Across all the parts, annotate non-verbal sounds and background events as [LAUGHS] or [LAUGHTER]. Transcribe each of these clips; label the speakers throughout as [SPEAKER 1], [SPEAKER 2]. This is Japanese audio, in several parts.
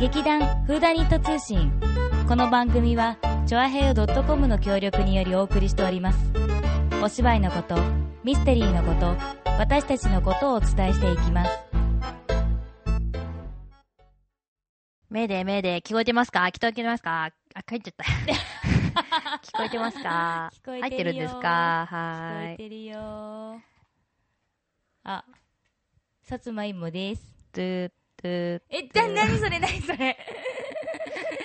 [SPEAKER 1] 劇団フーダニット通信この番組はチョアヘオ .com の協力によりお送りしておりますお芝居のことミステリーのこと私たちのことをお伝えしていきます
[SPEAKER 2] 目で目で聞こえてますか聞こえてますかあ、帰っちゃった。 [LAUGHS] 聞こえてますか
[SPEAKER 1] 聞こえてるよ
[SPEAKER 2] 入ってるんですかは
[SPEAKER 1] 聞こえ
[SPEAKER 2] ーい。
[SPEAKER 1] てるよあさつまいもです
[SPEAKER 2] トゥートゥ
[SPEAKER 1] えじゃ何それ何それ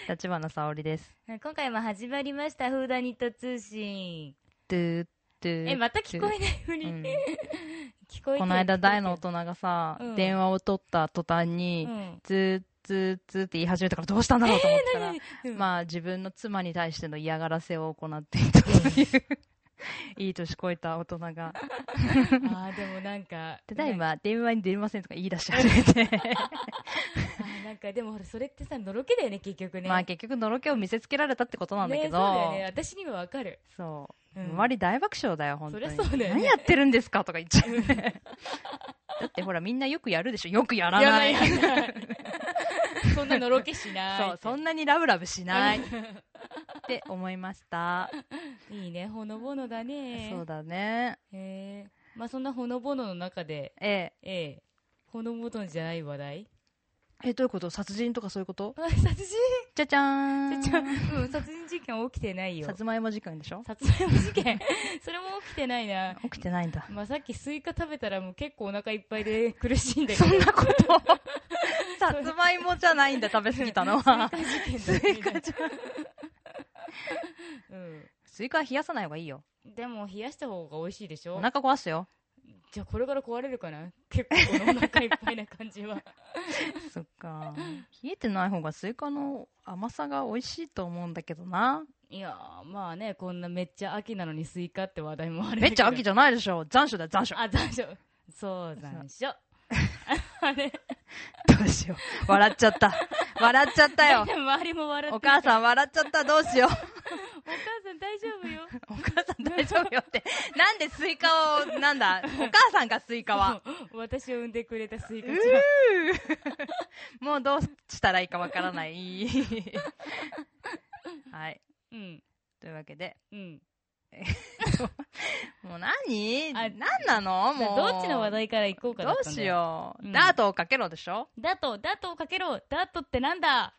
[SPEAKER 2] ー、立花沙織です。
[SPEAKER 1] [LAUGHS] 今回も始まりましたフーダニット通信
[SPEAKER 2] トゥートゥー。
[SPEAKER 1] えまた聞こえないふり、
[SPEAKER 2] うん
[SPEAKER 1] 聞こえてる
[SPEAKER 2] この間、大の大人がさ、
[SPEAKER 1] うん
[SPEAKER 2] 電話を取った途端
[SPEAKER 1] う
[SPEAKER 2] に、
[SPEAKER 1] ん
[SPEAKER 2] ツーツーツーって言い始めたからどうしたんだろうと思ったら、
[SPEAKER 1] うん
[SPEAKER 2] まあ自分の妻に対しての嫌がらせを行っていたと
[SPEAKER 1] [LAUGHS]
[SPEAKER 2] いう、いい年こえた大人が。
[SPEAKER 1] [LAUGHS] あーでもなんか
[SPEAKER 2] ただい
[SPEAKER 1] なんか
[SPEAKER 2] ま電話に出れませんとか言い出し始めて。
[SPEAKER 1] あーなんかでもほらそれってさのろけだよね結局ね
[SPEAKER 2] まあ結局のろけを見せつけられたってことなんだけど、
[SPEAKER 1] ね、そうだよね私にはわかる、
[SPEAKER 2] そうう、
[SPEAKER 1] ん
[SPEAKER 2] 周り大爆笑だよ本当
[SPEAKER 1] そ
[SPEAKER 2] に
[SPEAKER 1] りゃそうだよね
[SPEAKER 2] 何やってるんですかとか
[SPEAKER 1] [LAUGHS]
[SPEAKER 2] 言っちゃうねだってほらみんなよくやるでしょよくやら
[SPEAKER 1] や
[SPEAKER 2] な
[SPEAKER 1] ば
[SPEAKER 2] い
[SPEAKER 1] いや [LAUGHS] ばいそんなのろけしない
[SPEAKER 2] そうそんなにラブラブし
[SPEAKER 1] [LAUGHS]
[SPEAKER 2] ないって思いました、
[SPEAKER 1] いいねほのぼのだね
[SPEAKER 2] そうだね
[SPEAKER 1] へえまあそんなほのぼのの中で
[SPEAKER 2] え
[SPEAKER 1] ええほのぼのじゃない話題
[SPEAKER 2] ええどういうこと殺人とかそういうこと
[SPEAKER 1] あ殺人
[SPEAKER 2] じゃじゃーん
[SPEAKER 1] ちょうん殺人事件起きてないよ
[SPEAKER 2] さつまいも時間でしょ
[SPEAKER 1] 殺人事件 [LAUGHS] それも起きてないな
[SPEAKER 2] 起きてないんだ
[SPEAKER 1] まあさっきスイカ食べたらもう結構お腹いっぱいで苦しいんだけ
[SPEAKER 2] [LAUGHS] そ
[SPEAKER 1] ど
[SPEAKER 2] んなこと
[SPEAKER 1] [LAUGHS]
[SPEAKER 2] さつまいもじゃないんだ食べ過ぎたのは
[SPEAKER 1] スイカ事件だね
[SPEAKER 2] じゃ
[SPEAKER 1] うん
[SPEAKER 2] スイカは冷やさない方がいいよ
[SPEAKER 1] でも冷やした方が美味しいでし
[SPEAKER 2] お
[SPEAKER 1] ょ
[SPEAKER 2] 腹壊すよ
[SPEAKER 1] じゃあこれから壊れるかな結構このお腹いっぱいな感じ
[SPEAKER 2] [LAUGHS]
[SPEAKER 1] は
[SPEAKER 2] そっか。冷えてない方がスイカの甘さが美味しいと思うんだけどな。
[SPEAKER 1] いやーまあねこんなめっちゃ秋なのにスイカって話題もある
[SPEAKER 2] [LAUGHS] めっちゃ秋
[SPEAKER 1] じ
[SPEAKER 2] じゃないでしょ。残暑だよ、残暑。
[SPEAKER 1] あ残暑そう残暑 [LAUGHS] あれ
[SPEAKER 2] どうしよう。笑っちゃった。笑っちゃったよ。
[SPEAKER 1] 周りも笑って
[SPEAKER 2] お母さん笑っちゃった。どう [LAUGHS] しよ
[SPEAKER 1] [LAUGHS]
[SPEAKER 2] う。
[SPEAKER 1] お母さん大丈夫よ
[SPEAKER 2] お母さん大丈夫よって。なんでスイカを、なんだ、お母さんがスイカ [LAUGHS] は。
[SPEAKER 1] そう私を産んでくれたスイカちゃん
[SPEAKER 2] もうどうしたらいいかわからない。はい。
[SPEAKER 1] うん
[SPEAKER 2] というわけで。
[SPEAKER 1] うん
[SPEAKER 2] もう何
[SPEAKER 1] あ
[SPEAKER 2] 何なの
[SPEAKER 1] じゃ
[SPEAKER 2] も
[SPEAKER 1] あ
[SPEAKER 2] う。
[SPEAKER 1] どっちの話題からいこうか
[SPEAKER 2] どうしよう。
[SPEAKER 1] うん
[SPEAKER 2] ダートをかけろでしょ
[SPEAKER 1] うダートダートをかけろダートってなんだ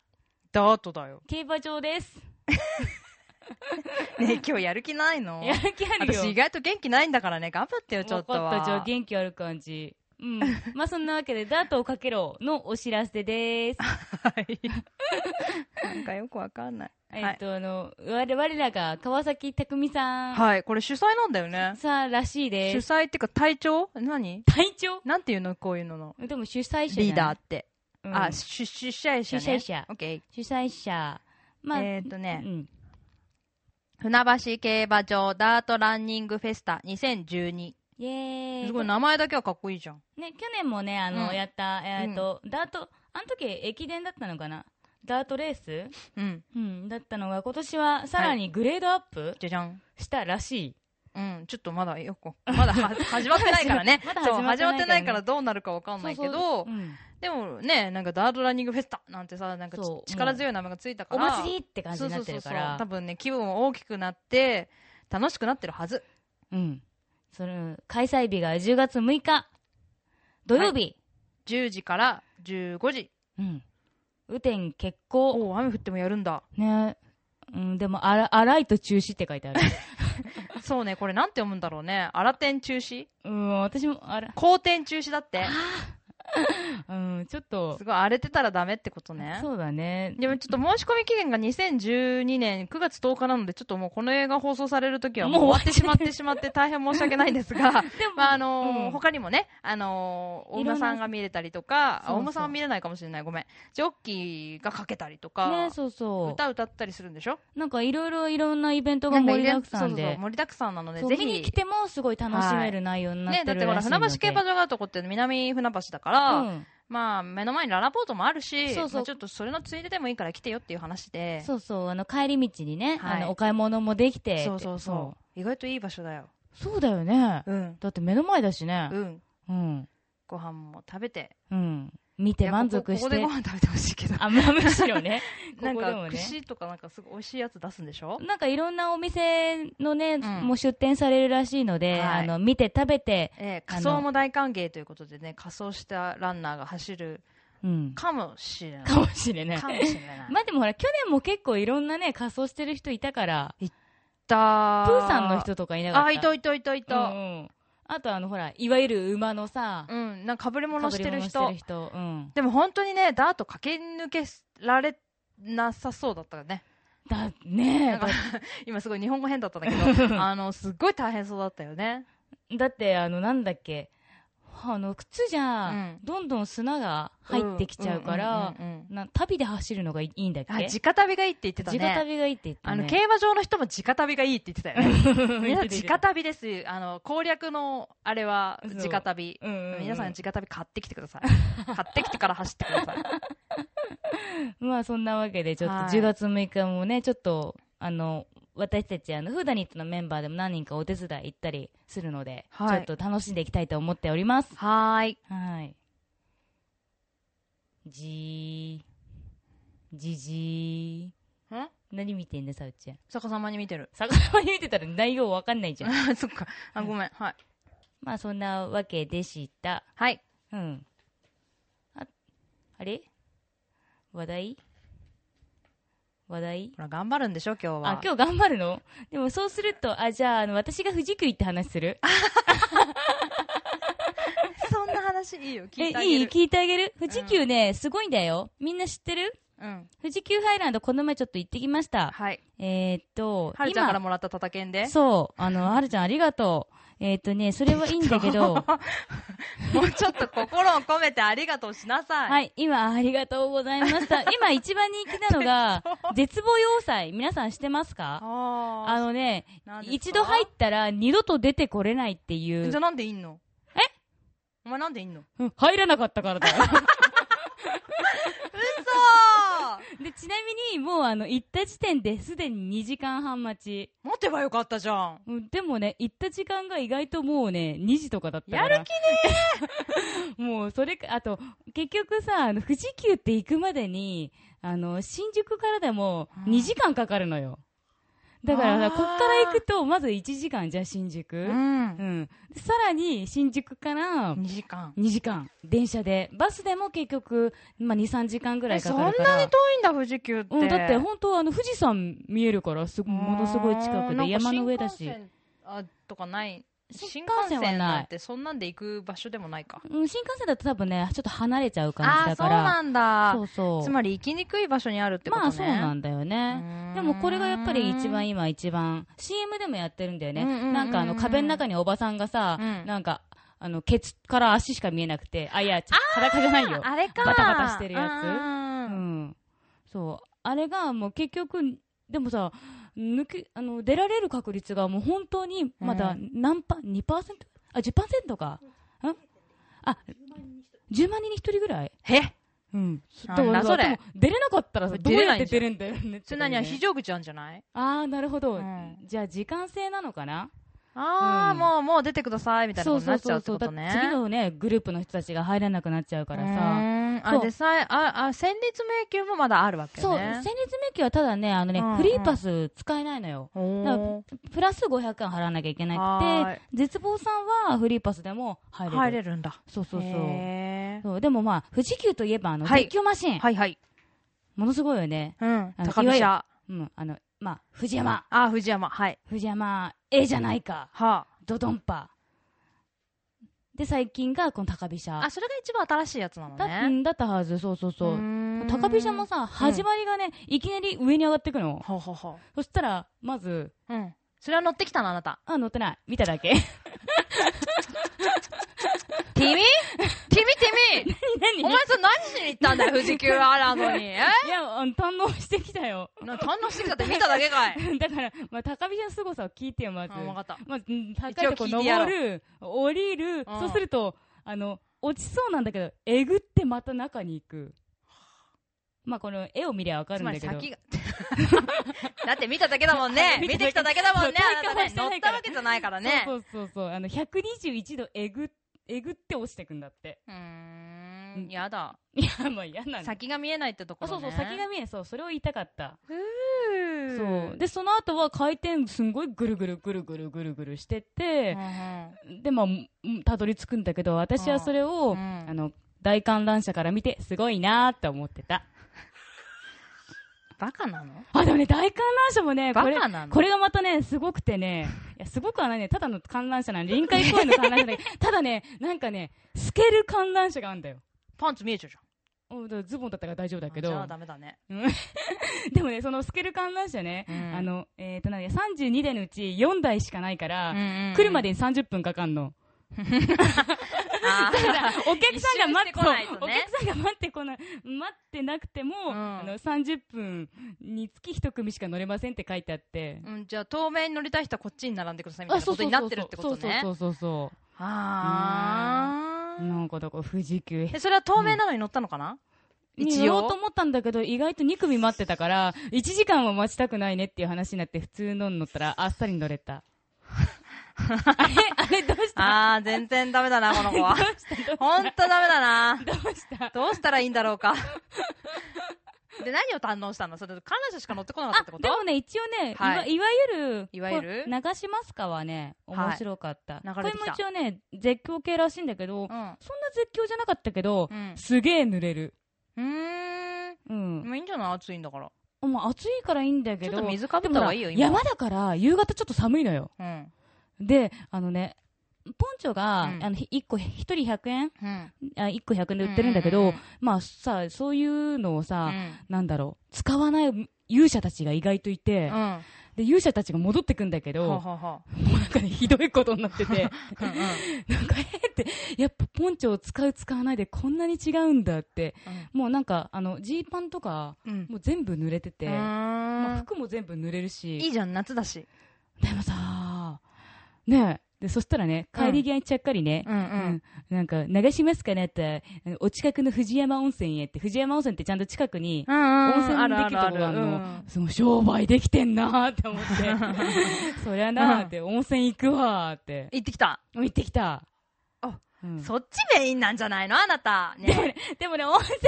[SPEAKER 2] ダートだよ。
[SPEAKER 1] 競馬場です
[SPEAKER 2] [LAUGHS] ねえ今日やる気ないの
[SPEAKER 1] やる気あるよ
[SPEAKER 2] 私意外と元気ないんだからね、頑張ってよ、ちょっと
[SPEAKER 1] わかった、じゃあ
[SPEAKER 2] は。
[SPEAKER 1] 元気ある感じ。
[SPEAKER 2] [LAUGHS]
[SPEAKER 1] うん。まあそんなわけで、ダートをかけろのお知らせです。
[SPEAKER 2] [LAUGHS] はい。なんかよくわかんない。 [LAUGHS]
[SPEAKER 1] え
[SPEAKER 2] は
[SPEAKER 1] っ
[SPEAKER 2] い。
[SPEAKER 1] と、あの、我我らが川崎匠さん、
[SPEAKER 2] はい、これ主催なんだよね。
[SPEAKER 1] さんらしい
[SPEAKER 2] 主
[SPEAKER 1] です。
[SPEAKER 2] 催っていうか、隊長何
[SPEAKER 1] 隊長
[SPEAKER 2] なんていうのこういうのの。
[SPEAKER 1] でも主催者じゃない
[SPEAKER 2] リーダーって。
[SPEAKER 1] うん
[SPEAKER 2] あ、主主催者ね。
[SPEAKER 1] 主催者
[SPEAKER 2] オッケー。
[SPEAKER 1] 主催者。まあ、
[SPEAKER 2] えーっとね
[SPEAKER 1] うん。
[SPEAKER 2] 船橋競馬場ダートランニングフェスタ2012。
[SPEAKER 1] イエーイ。
[SPEAKER 2] すごい、名前だけはかっこいいじゃん。
[SPEAKER 1] ね、去年もね、あの、
[SPEAKER 2] うん
[SPEAKER 1] やった、えーっと、ダート、あの時駅伝だったのかなダートレース
[SPEAKER 2] うん。
[SPEAKER 1] うん、だったのが、今年はさらにグレードアップ
[SPEAKER 2] じゃじゃん。
[SPEAKER 1] したらしい。
[SPEAKER 2] うん、ちょっとまだよく、まだは
[SPEAKER 1] [LAUGHS]
[SPEAKER 2] 始まってないからね。
[SPEAKER 1] まだ
[SPEAKER 2] そ
[SPEAKER 1] 始ま
[SPEAKER 2] う、始ま
[SPEAKER 1] っ
[SPEAKER 2] って
[SPEAKER 1] なか
[SPEAKER 2] てない
[SPEAKER 1] らね
[SPEAKER 2] いからどうなるかわかんないけど
[SPEAKER 1] そうそう、うん
[SPEAKER 2] でもね、なんかダートランニングフェスタなんてさ、なんかち
[SPEAKER 1] そう
[SPEAKER 2] 力強い名前がついたか
[SPEAKER 1] お
[SPEAKER 2] ら、
[SPEAKER 1] 祭りって感じになってるから
[SPEAKER 2] 多分ね、気分も大きくなって、楽しくなってるはず。
[SPEAKER 1] うんそれ開催日が10月6日土曜日、
[SPEAKER 2] 10時から15時。
[SPEAKER 1] うん雨天決行
[SPEAKER 2] おお、雨降ってもやるんだ。
[SPEAKER 1] ねうん、でもあら「あらいと中止」って書いてある [LAUGHS]
[SPEAKER 2] そうね、これなんて読むんだろうね。荒天中止
[SPEAKER 1] うん私もあら、
[SPEAKER 2] 荒天中止だって。
[SPEAKER 1] うん、ちょっと
[SPEAKER 2] すごい荒れてたらダメってことね。
[SPEAKER 1] そうだね
[SPEAKER 2] でもちょっと申し込み期限が2012年9月10日なので、ちょっともうこの映画放送される時はもう
[SPEAKER 1] もう
[SPEAKER 2] 終わってしまってしまって大変申し訳ないん
[SPEAKER 1] [LAUGHS]
[SPEAKER 2] ですが、
[SPEAKER 1] でも、
[SPEAKER 2] まああのー
[SPEAKER 1] うん
[SPEAKER 2] 他にもね、あのー、
[SPEAKER 1] いろ
[SPEAKER 2] 大
[SPEAKER 1] んな
[SPEAKER 2] 馬さんが見れたりとか、
[SPEAKER 1] そうそう
[SPEAKER 2] あ大馬さんは見れないかもしれない、ごめん。ジョッキーがかけたりとか、
[SPEAKER 1] ねそうそ
[SPEAKER 2] 歌歌ったりするんでしょ
[SPEAKER 1] うなんかいろいろいろんなイベントが
[SPEAKER 2] なんか
[SPEAKER 1] 盛
[SPEAKER 2] イ
[SPEAKER 1] り
[SPEAKER 2] ベ
[SPEAKER 1] だ
[SPEAKER 2] ン
[SPEAKER 1] く
[SPEAKER 2] ト
[SPEAKER 1] さん
[SPEAKER 2] そうそう
[SPEAKER 1] で
[SPEAKER 2] そう盛りだくさんなので、
[SPEAKER 1] そう
[SPEAKER 2] ぜ
[SPEAKER 1] 見に来
[SPEAKER 2] ひ。
[SPEAKER 1] てもすごい楽しめる内容になっ
[SPEAKER 2] ね、
[SPEAKER 1] て
[SPEAKER 2] だっ
[SPEAKER 1] る
[SPEAKER 2] てほら、
[SPEAKER 1] らしいので、
[SPEAKER 2] 船橋競馬場があるとこって南船橋だから、
[SPEAKER 1] うん
[SPEAKER 2] まあ、目の前にララポートもあるし、
[SPEAKER 1] そうそう
[SPEAKER 2] まあちょっとそれのついででもいいから来てよっていう話で、
[SPEAKER 1] そうそうあの帰り道にね、
[SPEAKER 2] はい
[SPEAKER 1] あのお買い物もできてって
[SPEAKER 2] そうそうそう。意外といい場所だよ。
[SPEAKER 1] そうそうだよね
[SPEAKER 2] うん。
[SPEAKER 1] だって目の前だしね
[SPEAKER 2] うん。
[SPEAKER 1] うん
[SPEAKER 2] ご飯も食べて、
[SPEAKER 1] うん見て満
[SPEAKER 2] い
[SPEAKER 1] 足
[SPEAKER 2] やこ
[SPEAKER 1] し
[SPEAKER 2] こここで
[SPEAKER 1] て
[SPEAKER 2] ご。飯食べてほしいけど。
[SPEAKER 1] あ、まあむしろね。こ
[SPEAKER 2] [LAUGHS] なん
[SPEAKER 1] こで
[SPEAKER 2] か
[SPEAKER 1] も、ね。
[SPEAKER 2] 串とかなんかすごい美味しいやつ出すんでしょ
[SPEAKER 1] なんかいろんなお店のね、
[SPEAKER 2] ん
[SPEAKER 1] もう出店されるらしいので、
[SPEAKER 2] は
[SPEAKER 1] あ
[SPEAKER 2] い
[SPEAKER 1] の、見て食べて、
[SPEAKER 2] え
[SPEAKER 1] あ
[SPEAKER 2] え
[SPEAKER 1] の
[SPEAKER 2] 仮装も大歓迎ということでね、仮装したランナーが走る
[SPEAKER 1] うん。
[SPEAKER 2] かもしれない。
[SPEAKER 1] かもしれない。
[SPEAKER 2] かもしれない。
[SPEAKER 1] まあでもほら、去年も結構いろんなね、仮装してる人いたから、
[SPEAKER 2] た
[SPEAKER 1] プーさんの人とかいなかった。
[SPEAKER 2] あ、いたいたいたい
[SPEAKER 1] うん
[SPEAKER 2] た。
[SPEAKER 1] うんあとあの、ほら、いわゆる馬のさ、
[SPEAKER 2] うん、なんか被り物してる
[SPEAKER 1] 被り
[SPEAKER 2] 人
[SPEAKER 1] 物し。てる人。うん。
[SPEAKER 2] でも本当にね、ダート駆け抜けられなさそうだったよね。
[SPEAKER 1] だ、ねえ
[SPEAKER 2] なんか [LAUGHS]
[SPEAKER 1] だ、
[SPEAKER 2] 今すごい日本語変だったんだけ
[SPEAKER 1] [LAUGHS]
[SPEAKER 2] ど、あの、すっごい大変そうだったよね。
[SPEAKER 1] だって、あの、なんだっけ、あの、靴じゃ、
[SPEAKER 2] うん
[SPEAKER 1] どんどん砂が入ってきちゃうから、
[SPEAKER 2] うんうんうんうん
[SPEAKER 1] な旅で走るのがいいんだっけ
[SPEAKER 2] あ、直旅がいいって言ってたね。
[SPEAKER 1] 直旅がいいって言って、ね、
[SPEAKER 2] あの、競馬場の人も直旅がいいって言ってたよ [LAUGHS] ね。
[SPEAKER 1] [LAUGHS]
[SPEAKER 2] 皆さん
[SPEAKER 1] 見てて
[SPEAKER 2] 直旅です。あの、攻略の、あれは、
[SPEAKER 1] そう
[SPEAKER 2] 直旅。
[SPEAKER 1] うんうんうん
[SPEAKER 2] 皆さん直旅買ってきてく [LAUGHS] ださい。買ってきてから走ってください。
[SPEAKER 1] まあそんなわけでちょっと
[SPEAKER 2] はい
[SPEAKER 1] 10月6日もねちょっとあの私たちあのフーダニットのメンバーでも何人かお手伝い行ったりするので、
[SPEAKER 2] はい
[SPEAKER 1] ちょっと楽しんでいきたいと思っております
[SPEAKER 2] [LAUGHS] はーい。
[SPEAKER 1] はいじーじじ
[SPEAKER 2] ん
[SPEAKER 1] ー何見てんださうちゃん
[SPEAKER 2] 逆さまに見てる。
[SPEAKER 1] 逆さまに見てたら内容わかんないじゃん
[SPEAKER 2] [LAUGHS] そっか。あ、ごめん。はい。
[SPEAKER 1] まあそんなわけでした
[SPEAKER 2] はい。
[SPEAKER 1] うんああれ話題話題
[SPEAKER 2] ほら、頑張るんでしょ、今日は。
[SPEAKER 1] あ、今日頑張るのでもそうすると、あ、じゃあ、あの、私が富士急行って話する
[SPEAKER 2] そんな話いいよ。聞いてあ
[SPEAKER 1] え、
[SPEAKER 2] げる
[SPEAKER 1] いい聞いてあげる富士急ね、すごいんだよ。みんな知ってる
[SPEAKER 2] うん。
[SPEAKER 1] 富士急ハイランド、この前ちょっと行ってきました。
[SPEAKER 2] はい。
[SPEAKER 1] えー、っと、
[SPEAKER 2] はるちゃんからもらったたたけんで。
[SPEAKER 1] そう、あの、はるちゃんありがとう。えー、っとね、それはいいんだけ
[SPEAKER 2] [LAUGHS]
[SPEAKER 1] ど、
[SPEAKER 2] もうちょっと心を込めてありがとうしなさい。。
[SPEAKER 1] はいい、今、ありがとうございま
[SPEAKER 2] [LAUGHS]
[SPEAKER 1] した。今、一番人気なのが、絶望要塞。皆さん知ってますか
[SPEAKER 2] あ
[SPEAKER 1] あのね
[SPEAKER 2] 何、ですか
[SPEAKER 1] 一度入ったら二度と出てこれないっていう
[SPEAKER 2] じゃあ。なんでいんの
[SPEAKER 1] え
[SPEAKER 2] お前なんでいんの
[SPEAKER 1] うん入らなかったからだよ。 [LAUGHS] [LAUGHS]
[SPEAKER 2] 嘘
[SPEAKER 1] で、ちなみに、もうあの、行った時点ですでに2時間半待ち。
[SPEAKER 2] 持てばよかったじゃん。
[SPEAKER 1] うんでもね、行った時間が意外ともうね、2時とかだったから。
[SPEAKER 2] やる
[SPEAKER 1] 気ね [LAUGHS] もう、それか、あと、結局さ、あの、富士急って行くまでに、あの、新宿からでも
[SPEAKER 2] うん
[SPEAKER 1] 2時間かかるのよ。だから
[SPEAKER 2] あ
[SPEAKER 1] さ、
[SPEAKER 2] ー
[SPEAKER 1] こっから行くと、まず1時間じゃん新宿。
[SPEAKER 2] う
[SPEAKER 1] うん。
[SPEAKER 2] ん。
[SPEAKER 1] でさらに、新宿から、
[SPEAKER 2] 2時間。
[SPEAKER 1] 2時間、電車で。バスでも結局、まあ、2、3時間ぐら
[SPEAKER 2] え
[SPEAKER 1] いか
[SPEAKER 2] そ
[SPEAKER 1] か
[SPEAKER 2] んな
[SPEAKER 1] る
[SPEAKER 2] に
[SPEAKER 1] か
[SPEAKER 2] 遠
[SPEAKER 1] ら。
[SPEAKER 2] いんだ、富士急って。
[SPEAKER 1] うん、だって本当はあの富士山見えるからすごものすごい近く
[SPEAKER 2] なん
[SPEAKER 1] で
[SPEAKER 2] か
[SPEAKER 1] 山の上だし
[SPEAKER 2] 新幹線あとかない新
[SPEAKER 1] 新
[SPEAKER 2] 幹
[SPEAKER 1] 幹
[SPEAKER 2] 線
[SPEAKER 1] 線はない
[SPEAKER 2] なんてそんなんで行く場所でもないか
[SPEAKER 1] うん、新幹線だと多分ねちょっと離れちゃう感
[SPEAKER 2] あ
[SPEAKER 1] じ
[SPEAKER 2] あ
[SPEAKER 1] だ
[SPEAKER 2] ーそう
[SPEAKER 1] から
[SPEAKER 2] なんだ
[SPEAKER 1] そうそう
[SPEAKER 2] つまり行きにくい場所にあるってことね
[SPEAKER 1] まあそうなんんだよねでもこれがやっぱり一番今一番 CM でもやってるんだよね、
[SPEAKER 2] うんうんうんうん
[SPEAKER 1] なんかあの壁の中におばさんがさ、
[SPEAKER 2] うん
[SPEAKER 1] なんかあのケツから足しか見えなくてあいやちょ裸じゃないよ
[SPEAKER 2] あれか
[SPEAKER 1] バタバタしてるやつう
[SPEAKER 2] つ
[SPEAKER 1] ん、そうあれがもう結局でもさ抜けあの出られる確率がもう本当にまだ何パ、2%あ10%かんあ10万人に1人ぐらい
[SPEAKER 2] へ
[SPEAKER 1] うん、
[SPEAKER 2] な
[SPEAKER 1] か
[SPEAKER 2] んだ
[SPEAKER 1] らさ
[SPEAKER 2] それ
[SPEAKER 1] でも出れなかったらさどう
[SPEAKER 2] 出れ
[SPEAKER 1] や
[SPEAKER 2] な
[SPEAKER 1] って
[SPEAKER 2] いんじゃ
[SPEAKER 1] 出
[SPEAKER 2] ん
[SPEAKER 1] るんだよね
[SPEAKER 2] それなには非
[SPEAKER 1] 常
[SPEAKER 2] 常口なんじゃない
[SPEAKER 1] ああなるほど、
[SPEAKER 2] うん
[SPEAKER 1] じゃあ時間制なのかな
[SPEAKER 2] ああ
[SPEAKER 1] うん
[SPEAKER 2] もうもう出てくださいみたいなことになっちゃうってこ
[SPEAKER 1] だ
[SPEAKER 2] と
[SPEAKER 1] って
[SPEAKER 2] ね
[SPEAKER 1] 次のねグループの人たちが入らなくなっちゃうからさ、
[SPEAKER 2] うーん
[SPEAKER 1] そ
[SPEAKER 2] あ
[SPEAKER 1] う
[SPEAKER 2] でさえああ戦慄迷宮もまだあるわけね
[SPEAKER 1] そう戦慄迷宮はただねあのね、
[SPEAKER 2] うんうん
[SPEAKER 1] フリーパス使えないのよ
[SPEAKER 2] お
[SPEAKER 1] だか
[SPEAKER 2] ー
[SPEAKER 1] らプラス500円払わなきゃいけな
[SPEAKER 2] はー
[SPEAKER 1] くて、絶望さんはフリーパスでも入れる。
[SPEAKER 2] 入れるんだ
[SPEAKER 1] そうそうそう。
[SPEAKER 2] へー
[SPEAKER 1] そうでもまあ、富士急といえば、あの、
[SPEAKER 2] はい
[SPEAKER 1] 絶叫マシン。
[SPEAKER 2] はいはい
[SPEAKER 1] ものすごいよね。
[SPEAKER 2] うん
[SPEAKER 1] あの
[SPEAKER 2] 高
[SPEAKER 1] いわ
[SPEAKER 2] 飛
[SPEAKER 1] ゆる
[SPEAKER 2] 車
[SPEAKER 1] うん、あの、まあ、藤山。
[SPEAKER 2] あ、藤山。はい。
[SPEAKER 1] 藤山、ええじゃないか。
[SPEAKER 2] は
[SPEAKER 1] ドドンパ。で、最近がこの高飛車。
[SPEAKER 2] あ。あ、それが一番新しいやつなの
[SPEAKER 1] だう
[SPEAKER 2] ね。
[SPEAKER 1] んだったはず、そうそうそうう。
[SPEAKER 2] ーん
[SPEAKER 1] 高飛車も。さ、始まりがね、いきなり上に上がってくの。
[SPEAKER 2] ほうほうほ
[SPEAKER 1] そしたら、まず、
[SPEAKER 2] う。うん。それは乗ってきたの、あなた。
[SPEAKER 1] あ、乗ってない。見ただけ。
[SPEAKER 2] てみてみてみ
[SPEAKER 1] 何
[SPEAKER 2] お前それ [LAUGHS] 何しに行ったんだよ、富士急アラードに。え
[SPEAKER 1] いや、あの堪能してきたよ。 [LAUGHS]
[SPEAKER 2] な堪能してきたって見ただけかい。
[SPEAKER 1] だから、まあ、高飛車の凄さを聞いてよ、まず。
[SPEAKER 2] あ、わかった。
[SPEAKER 1] まあ、うん高いとこ
[SPEAKER 2] 一応聞いてやろ
[SPEAKER 1] 登る、降りる、
[SPEAKER 2] ん
[SPEAKER 1] そうすると、あの、落ちそうなんだけど、えぐってまた中に行く。まあ、この絵を見りゃわか
[SPEAKER 2] つ
[SPEAKER 1] るん
[SPEAKER 2] ま
[SPEAKER 1] だ
[SPEAKER 2] り
[SPEAKER 1] けど。
[SPEAKER 2] 先が。 [LAUGHS] だって見ただけだも
[SPEAKER 1] [LAUGHS]
[SPEAKER 2] んね。
[SPEAKER 1] 見た
[SPEAKER 2] 見
[SPEAKER 1] だけ
[SPEAKER 2] てきただけだもんね。
[SPEAKER 1] そう
[SPEAKER 2] あなた
[SPEAKER 1] 体
[SPEAKER 2] ね。
[SPEAKER 1] 感
[SPEAKER 2] 乗
[SPEAKER 1] はして
[SPEAKER 2] っ
[SPEAKER 1] ないか
[SPEAKER 2] た
[SPEAKER 1] ら
[SPEAKER 2] わけじゃないからね。
[SPEAKER 1] そううそうそうそう。あの、121度えぐ、えぐって落ちてくんだって。 [LAUGHS]
[SPEAKER 2] ーん。ん、やだ。
[SPEAKER 1] いや、もう嫌なんだ。
[SPEAKER 2] 先が見えないってとこ
[SPEAKER 1] あ、
[SPEAKER 2] ろ、ね。
[SPEAKER 1] そうそう、先が見えない。そう、それを言いたかった。
[SPEAKER 2] う
[SPEAKER 1] そう。で、その後は回転すんごいぐるぐるぐるぐるぐるぐるしてって、で、まあ、うんたどり着くんだけど、私はそれを、
[SPEAKER 2] うん
[SPEAKER 1] あの、大観覧車から見て、すごいなーって思ってた。
[SPEAKER 2] バカなの
[SPEAKER 1] あ、でもね、大観覧車もね、これ
[SPEAKER 2] バカな、の
[SPEAKER 1] これがまたね、すごくてね、いや、すごくはないね、ただの観覧車なんで、臨海公園の観覧車だけど、ただね、なんかね、透ける観覧車があるんだよ。
[SPEAKER 2] パンツ見えちゃうじゃん。
[SPEAKER 1] おだからズボンだったから大丈夫だけ
[SPEAKER 2] じゃ
[SPEAKER 1] ど
[SPEAKER 2] あ、ダメだね。
[SPEAKER 1] でもね、その透ける観覧車ね、
[SPEAKER 2] うん
[SPEAKER 1] あの、えっ、と、なんだっけ32台のうち4台しかないから、来るま
[SPEAKER 2] で。
[SPEAKER 1] でに30分かかんの。
[SPEAKER 2] あ
[SPEAKER 1] [LAUGHS]
[SPEAKER 2] ー
[SPEAKER 1] お客さんが待って、
[SPEAKER 2] 一周してこないとね
[SPEAKER 1] お客さんが待ってこない、待ってなくても、
[SPEAKER 2] ん
[SPEAKER 1] あの、30分につき1組しか乗れませんって書いてあって。
[SPEAKER 2] うん、じゃあ、透明に乗りたい人はこっちに並んでくださいみたいなことになってるってことね
[SPEAKER 1] そ。うそうそうそう
[SPEAKER 2] あ
[SPEAKER 1] そう。
[SPEAKER 2] ー。
[SPEAKER 1] なんかだから富士急
[SPEAKER 2] え、それは透明なのに乗ったのかな
[SPEAKER 1] に
[SPEAKER 2] 一
[SPEAKER 1] 乗ろうと
[SPEAKER 2] 応。
[SPEAKER 1] 思ったんだけど、意外と2組待ってたから、1時間は待ちたくないねっていう話になって、普通のに乗ったら、あっさり乗れ
[SPEAKER 2] [LAUGHS]
[SPEAKER 1] た。あれあれどうした
[SPEAKER 2] あー、全然ダメだな、この子は
[SPEAKER 1] ど。うしたどう
[SPEAKER 2] ほんとダメだな。
[SPEAKER 1] どうした
[SPEAKER 2] どうしたらいいんだろうか。で、何を堪能したのそれ、観覧車しか乗ってこなかったって
[SPEAKER 1] あ
[SPEAKER 2] こ
[SPEAKER 1] で
[SPEAKER 2] と
[SPEAKER 1] もね、一応ね、いわ
[SPEAKER 2] はい
[SPEAKER 1] いわゆる、
[SPEAKER 2] いわゆる
[SPEAKER 1] これ流しますかはね、
[SPEAKER 2] はい
[SPEAKER 1] 面白かった。
[SPEAKER 2] 流
[SPEAKER 1] こ
[SPEAKER 2] れ
[SPEAKER 1] れ
[SPEAKER 2] てき
[SPEAKER 1] も
[SPEAKER 2] た
[SPEAKER 1] 一応ね、絶叫系らしいんだけど、そんな
[SPEAKER 2] うん。
[SPEAKER 1] 絶叫じゃなかったけど、
[SPEAKER 2] うん
[SPEAKER 1] すげえ濡れる。
[SPEAKER 2] うーん。
[SPEAKER 1] うん。
[SPEAKER 2] もういいんじゃない暑いんだから。
[SPEAKER 1] あまあ、暑いからいいんだけ
[SPEAKER 2] ちょ
[SPEAKER 1] ど、
[SPEAKER 2] っと水か
[SPEAKER 1] で
[SPEAKER 2] ぶっ
[SPEAKER 1] もほら
[SPEAKER 2] た方がいいよ、今。
[SPEAKER 1] 山だから、夕方ちょっと寒いのよ。
[SPEAKER 2] うん。
[SPEAKER 1] で、あのね、ポンチョが、
[SPEAKER 2] うん
[SPEAKER 1] あの、1個、1人100円
[SPEAKER 2] うん。
[SPEAKER 1] あ ?1 個100円で売ってるんだけど、
[SPEAKER 2] うんうんうん
[SPEAKER 1] まあさ、そういうのを
[SPEAKER 2] う
[SPEAKER 1] さ、
[SPEAKER 2] ん。
[SPEAKER 1] なんだろう、使わない勇者たちが意外といて、
[SPEAKER 2] うん。
[SPEAKER 1] で、勇者たちが戻ってくんだけど、
[SPEAKER 2] ほうほうほ
[SPEAKER 1] もうなんかね、ひどいことにな
[SPEAKER 2] [LAUGHS]
[SPEAKER 1] ってて、
[SPEAKER 2] う。うんうん。
[SPEAKER 1] なんか、えーって、やっぱポンチョを使う、使わないでこんなに違うんだって、もうなんか、あの、ジーパンとか、
[SPEAKER 2] うん。
[SPEAKER 1] もう全部濡れてて、
[SPEAKER 2] う
[SPEAKER 1] まあ、
[SPEAKER 2] ーん
[SPEAKER 1] 服も全部濡れるし、
[SPEAKER 2] いいじゃん、夏だし。
[SPEAKER 1] でもさ、ねえで、そしたらね、帰り際にちゃっかりね、
[SPEAKER 2] うんう
[SPEAKER 1] うん
[SPEAKER 2] ん。
[SPEAKER 1] なんか、流しますかねって、お近くの藤山温泉へって、藤山温泉ってちゃんと近くに、
[SPEAKER 2] うんうん
[SPEAKER 1] 温泉できるとこがあるの。その商売できてんなーって思って、
[SPEAKER 2] [LAUGHS]
[SPEAKER 1] そりゃなーって、温泉行くわーって。
[SPEAKER 2] 行ってきた。
[SPEAKER 1] 行ってきた。
[SPEAKER 2] あ
[SPEAKER 1] うん
[SPEAKER 2] そっちメインなんじゃないのあなた。
[SPEAKER 1] でも
[SPEAKER 2] ね。
[SPEAKER 1] ね、でもね、温泉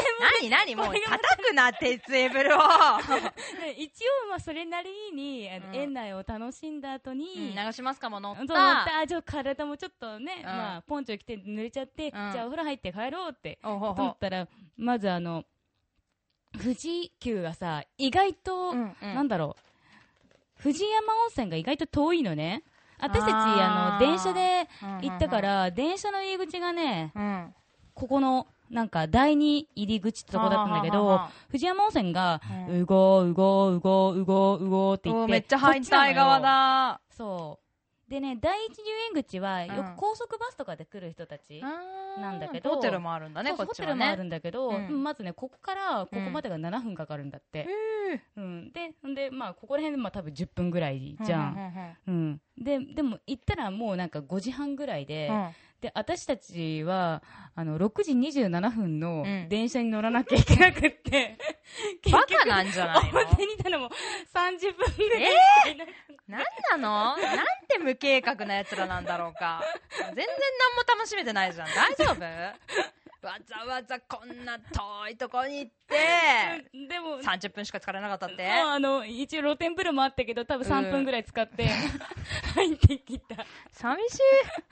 [SPEAKER 2] 何何もう
[SPEAKER 1] これがま
[SPEAKER 2] 叩くな、ってテーブルを。
[SPEAKER 1] もね、一応、まあ、それなりに、あの
[SPEAKER 2] うん
[SPEAKER 1] 園内を楽しんだ後に、
[SPEAKER 2] 流しますかも乗
[SPEAKER 1] そう
[SPEAKER 2] っ
[SPEAKER 1] なった
[SPEAKER 2] た。
[SPEAKER 1] あちょっと体もちょっとね、
[SPEAKER 2] ん
[SPEAKER 1] まあ、ポンチョ着て濡れちゃって、じゃあお風呂入って帰ろうって、
[SPEAKER 2] おほ
[SPEAKER 1] と思
[SPEAKER 2] ほ
[SPEAKER 1] っ。たら、まずあの、富士急がさ、意外と、なん
[SPEAKER 2] だ
[SPEAKER 1] だろう、富士山温泉が意外と遠いのね。私たち、あ
[SPEAKER 2] あー
[SPEAKER 1] の、電車で行ったか。
[SPEAKER 2] うんうん
[SPEAKER 1] ら、電車の入り口がね、
[SPEAKER 2] うん。
[SPEAKER 1] ここの、なんか、第二入り口ってとこだったんだけ
[SPEAKER 2] はあはあは
[SPEAKER 1] ど
[SPEAKER 2] あ、
[SPEAKER 1] 藤山温泉が、
[SPEAKER 2] うん
[SPEAKER 1] うごうごうごうごうごって言っ
[SPEAKER 2] お
[SPEAKER 1] て。
[SPEAKER 2] めっちゃ反対側
[SPEAKER 1] こっ
[SPEAKER 2] だ。
[SPEAKER 1] ちなのよ。そう。でね、第一入園口は、
[SPEAKER 2] ん
[SPEAKER 1] よく高速バスとかで来る人たち。なんだけど
[SPEAKER 2] ホテルもあるんだね、
[SPEAKER 1] そうそ
[SPEAKER 2] こ
[SPEAKER 1] う
[SPEAKER 2] っ
[SPEAKER 1] ホテ
[SPEAKER 2] ちは
[SPEAKER 1] ルもあ
[SPEAKER 2] ね
[SPEAKER 1] る。んだけど、
[SPEAKER 2] うん
[SPEAKER 1] まずね、ここからここまでが7分かかるんだって。うん。で、んで、まあ、ここら辺で、まあ、多分10分ぐらいじゃん。
[SPEAKER 2] ん。
[SPEAKER 1] うん。で、でも行ったらもうなんか5時半ぐらいで、で、私たちは、あの、6時27分の
[SPEAKER 2] うん
[SPEAKER 1] 電車に乗らなきゃいけなくって、
[SPEAKER 2] [LAUGHS] バカなんじゃないの
[SPEAKER 1] 表にいたのも30分ぐらい。
[SPEAKER 2] なんなのなんて無計画な奴らなんだろうか。全然何も楽しめてないじゃん。大丈
[SPEAKER 1] [LAUGHS]
[SPEAKER 2] 夫わざわざこんな遠いとこに行って、
[SPEAKER 1] でも、
[SPEAKER 2] 30分しか疲れなかったって。
[SPEAKER 1] まあ、あの、一応露天風呂もあったけど、多分3
[SPEAKER 2] うん
[SPEAKER 1] 分ぐらい使って、入ってきた。
[SPEAKER 2] 寂
[SPEAKER 1] [LAUGHS]
[SPEAKER 2] しい。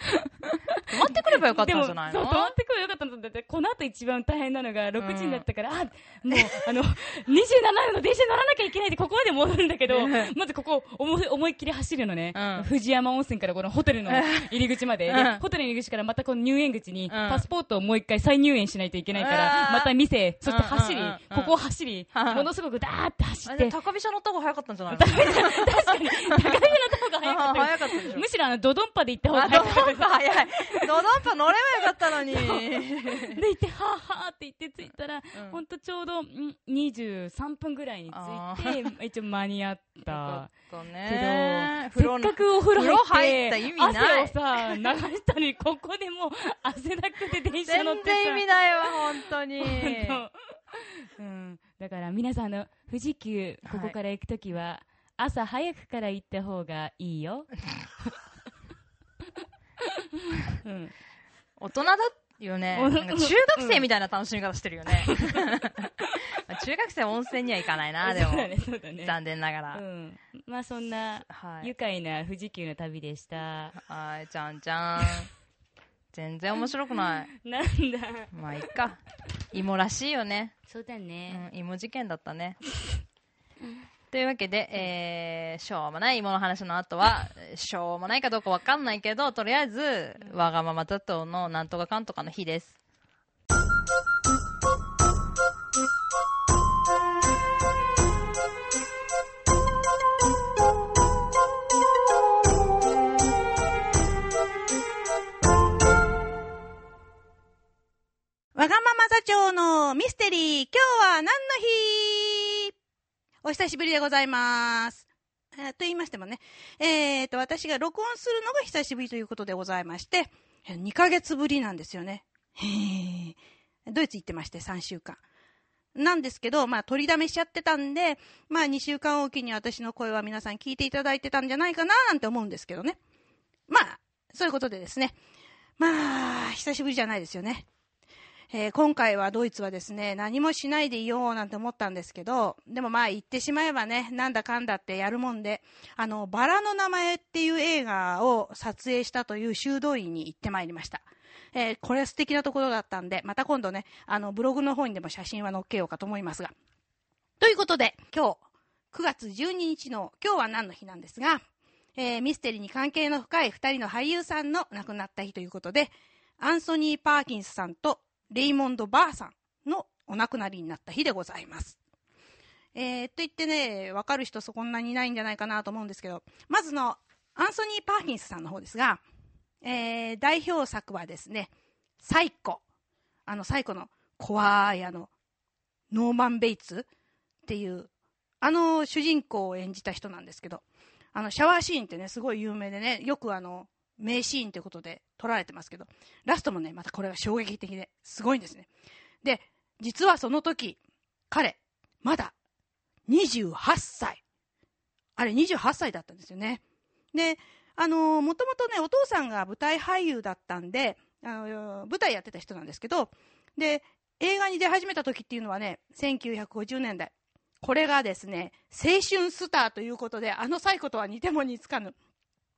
[SPEAKER 2] 泊まってくればよかったんじゃないの
[SPEAKER 1] でもそう、止まってくればよかったんだって、この後一番大変なのが、6時になったから、あ、もう、あの、27分の電車に乗らなきゃいけないで、ここまで戻るんだけど
[SPEAKER 2] う、ん
[SPEAKER 1] まずここ、思い思いっきり走るのね。
[SPEAKER 2] うん
[SPEAKER 1] 藤山温泉からこのホテルの入り口まで。で
[SPEAKER 2] うん
[SPEAKER 1] ホテルの入り口からまたこの入園口に、
[SPEAKER 2] ん
[SPEAKER 1] パスポートをもう一回再入園しないといけないから、
[SPEAKER 2] うん
[SPEAKER 1] また店、そして走り
[SPEAKER 2] うんうんうん、うん
[SPEAKER 1] ここを走り、
[SPEAKER 2] うん
[SPEAKER 1] ものすごくダーって走
[SPEAKER 2] あ
[SPEAKER 1] っ
[SPEAKER 2] じゃあ
[SPEAKER 1] て、
[SPEAKER 2] 高飛車乗った方が早かったん
[SPEAKER 1] [LAUGHS]
[SPEAKER 2] じゃないの
[SPEAKER 1] 確かに、高めの方が早かった
[SPEAKER 2] あ
[SPEAKER 1] よ。
[SPEAKER 2] 早かったでしょ
[SPEAKER 1] む。しろあの、ドドンパで行った方が
[SPEAKER 2] あ、
[SPEAKER 1] 早
[SPEAKER 2] ド
[SPEAKER 1] かった
[SPEAKER 2] ドンパ
[SPEAKER 1] [LAUGHS]
[SPEAKER 2] 早い。ドドンパ乗ればよかったのに。
[SPEAKER 1] で行って、はぁはぁって言って着いたら、
[SPEAKER 2] ん
[SPEAKER 1] ほんとちょうど、ん23分ぐらいに
[SPEAKER 2] あ
[SPEAKER 1] 着い [LAUGHS] て、一応間に合っ
[SPEAKER 2] よか
[SPEAKER 1] た。
[SPEAKER 2] っ
[SPEAKER 1] けど、
[SPEAKER 2] たね。
[SPEAKER 1] せ
[SPEAKER 2] 風呂
[SPEAKER 1] っ
[SPEAKER 2] の
[SPEAKER 1] かくお風呂入っ
[SPEAKER 2] 風
[SPEAKER 1] て、
[SPEAKER 2] 呂入った意味
[SPEAKER 1] 汗をさ、流したのに、ここでもう汗だくで電車
[SPEAKER 2] 全
[SPEAKER 1] 乗って
[SPEAKER 2] 然意味
[SPEAKER 1] さ。
[SPEAKER 2] ないわ、本当に。
[SPEAKER 1] 本当 [LAUGHS] うん、だから皆さんあの富士急ここから行くときは、朝早くから行った方がいいよ、うん、
[SPEAKER 2] 大人だっよね。
[SPEAKER 3] うん
[SPEAKER 2] なんか中学生みたいな楽しみ方してるよね。 [LAUGHS] まあ中学生温泉には行かないな、でも
[SPEAKER 3] そ
[SPEAKER 1] [LAUGHS]
[SPEAKER 3] う。だね、そうだね。
[SPEAKER 2] 残念ながら。
[SPEAKER 3] うん。まあそんな、
[SPEAKER 2] はい。
[SPEAKER 3] 愉快な富士急の旅でした。
[SPEAKER 2] はい、ちゃんちゃん。全然面白くない。
[SPEAKER 3] なんだ。
[SPEAKER 2] まあ、いっか。芋らしいよね。
[SPEAKER 3] そうだ
[SPEAKER 2] う
[SPEAKER 3] ね。
[SPEAKER 2] ん、芋事件だったね。というわけで、えー、しょうもない芋の話の後は、しょうもないかどうかわかんないけど、とりあえず、わがまま座頭のなんとかかんとかの日です。
[SPEAKER 4] わがまま座長のミステリー、今日は何の日お久しぶりでございます。えーと言いましてもね、えー、と、私が録音するのが久しぶりということでございまして、えー2ヶ月ぶりなんですよね。へードイツ行ってまして、3週間。なんですけど、まあ、取りだめしちゃってたんで、まあ、2週間おきに私の声は皆さん聞いていただいてたんじゃないかな、なんて思うんですけどね。まあ、そういうことでですね。まあ、久しぶりじゃないですよね。えー今回はドイツはですね、何もしないでいようなんて思ったんですけど、でもまあ言ってしまえばね、なんだかんだってやるもんで、あの、バラの名前っていう映画を撮影したという修道院に行ってまいりました。えーこれは素敵なところだったんで、また今度ね、あの、ブログの方にでも写真は載っけようかと思いますが。ということで、今日、9月12日の、今日は何の日なんですが、えーミステリーに関係の深い2人の俳優さんの亡くなった日ということで、アンソニー・パーキンスさんとレイモンド・バーさんのお亡くなりになった日でございます。えー、と言ってね、わかる人そこんなにいないんじゃないかなと思うんですけど、まずのアンソニー・パーキンスさんの方ですが、えー代表作はですね、サイコ。あの、サイコの怖いあの、ノーマン・ベイツっていう、あの主人公を演じた人なんですけど、あの、シャワーシーンってね、すごい有名でね、よくあの、名シーンということで撮られてますけど、ラストもね、またこれが衝撃的で、すごいんですね。で、実はその時、彼、まだ、28歳。あれ、28歳だったんですよね。で、あのー、もともとね、お父さんが舞台俳優だったんで、あのー舞台やってた人なんですけど、で、映画に出始めた時っていうのはね、1950年代。これがですね、青春スターということで、あのサイコとは似ても似つかぬ。